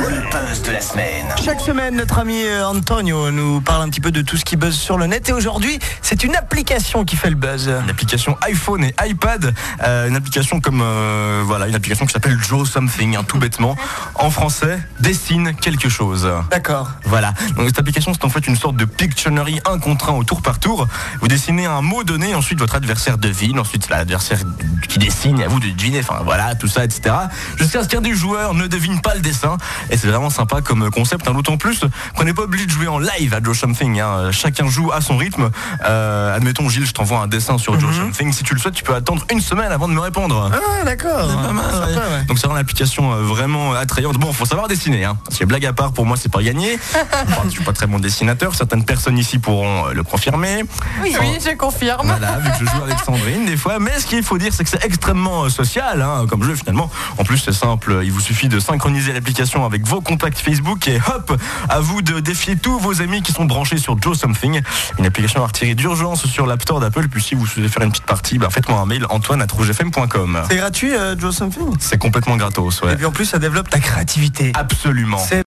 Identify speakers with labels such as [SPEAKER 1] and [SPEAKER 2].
[SPEAKER 1] Le buzz de la semaine.
[SPEAKER 2] Chaque semaine, notre ami euh, Antonio nous parle un petit peu de tout ce qui buzz sur le net. Et aujourd'hui, c'est une application qui fait le buzz.
[SPEAKER 3] une application iPhone et iPad, euh, une application comme euh, voilà, une application qui s'appelle Joe Something, hein, tout bêtement, en français, dessine quelque chose.
[SPEAKER 2] D'accord.
[SPEAKER 3] Voilà. Donc cette application, c'est en fait une sorte de Pictionary un contre un au tour par tour. Vous dessinez un mot donné, ensuite votre adversaire devine, ensuite c'est l'adversaire qui dessine, à vous de deviner, enfin voilà, tout ça, etc. Jusqu'à ce qu'un des joueurs ne devine pas le dessin. Et c'est vraiment sympa comme concept, hein. d'autant plus qu'on n'est pas obligé de jouer en live à Joe Something. hein. Chacun joue à son rythme. Euh, admettons, Gilles, je t'envoie un dessin sur Joe Something. Si tu le souhaites, tu peux attendre une semaine avant de me répondre.
[SPEAKER 2] Ah, d'accord.
[SPEAKER 3] Pas mal,
[SPEAKER 2] Sympa,
[SPEAKER 3] ouais.
[SPEAKER 2] ouais.
[SPEAKER 3] Donc c'est vraiment l'application euh, vraiment attrayante. Bon, faut savoir dessiner. Hein. Parce que blague à part, pour moi, c'est pas gagné. Enfin, je suis pas très bon dessinateur. Certaines personnes ici pourront euh, le confirmer.
[SPEAKER 4] Oui, oui, je confirme.
[SPEAKER 3] Voilà, vu que je joue avec Sandrine des fois. Mais ce qu'il faut dire, c'est que c'est extrêmement euh, social hein, comme jeu finalement. En plus, c'est simple. Il vous suffit de synchroniser l'application avec vos contacts Facebook et hop, à vous de défier tous vos amis qui sont branchés sur Joe Something, une application à retirer d'urgence sur l'App Store d'Apple. Puis si vous souhaitez faire une petite partie, bah, faites-moi un mail antoine
[SPEAKER 2] C'est gratuit, euh, Joe Something
[SPEAKER 3] C'est complètement gratos,
[SPEAKER 2] Et
[SPEAKER 3] ouais.
[SPEAKER 2] puis en plus, ça développe ta créativité.
[SPEAKER 3] Absolument.
[SPEAKER 2] C'est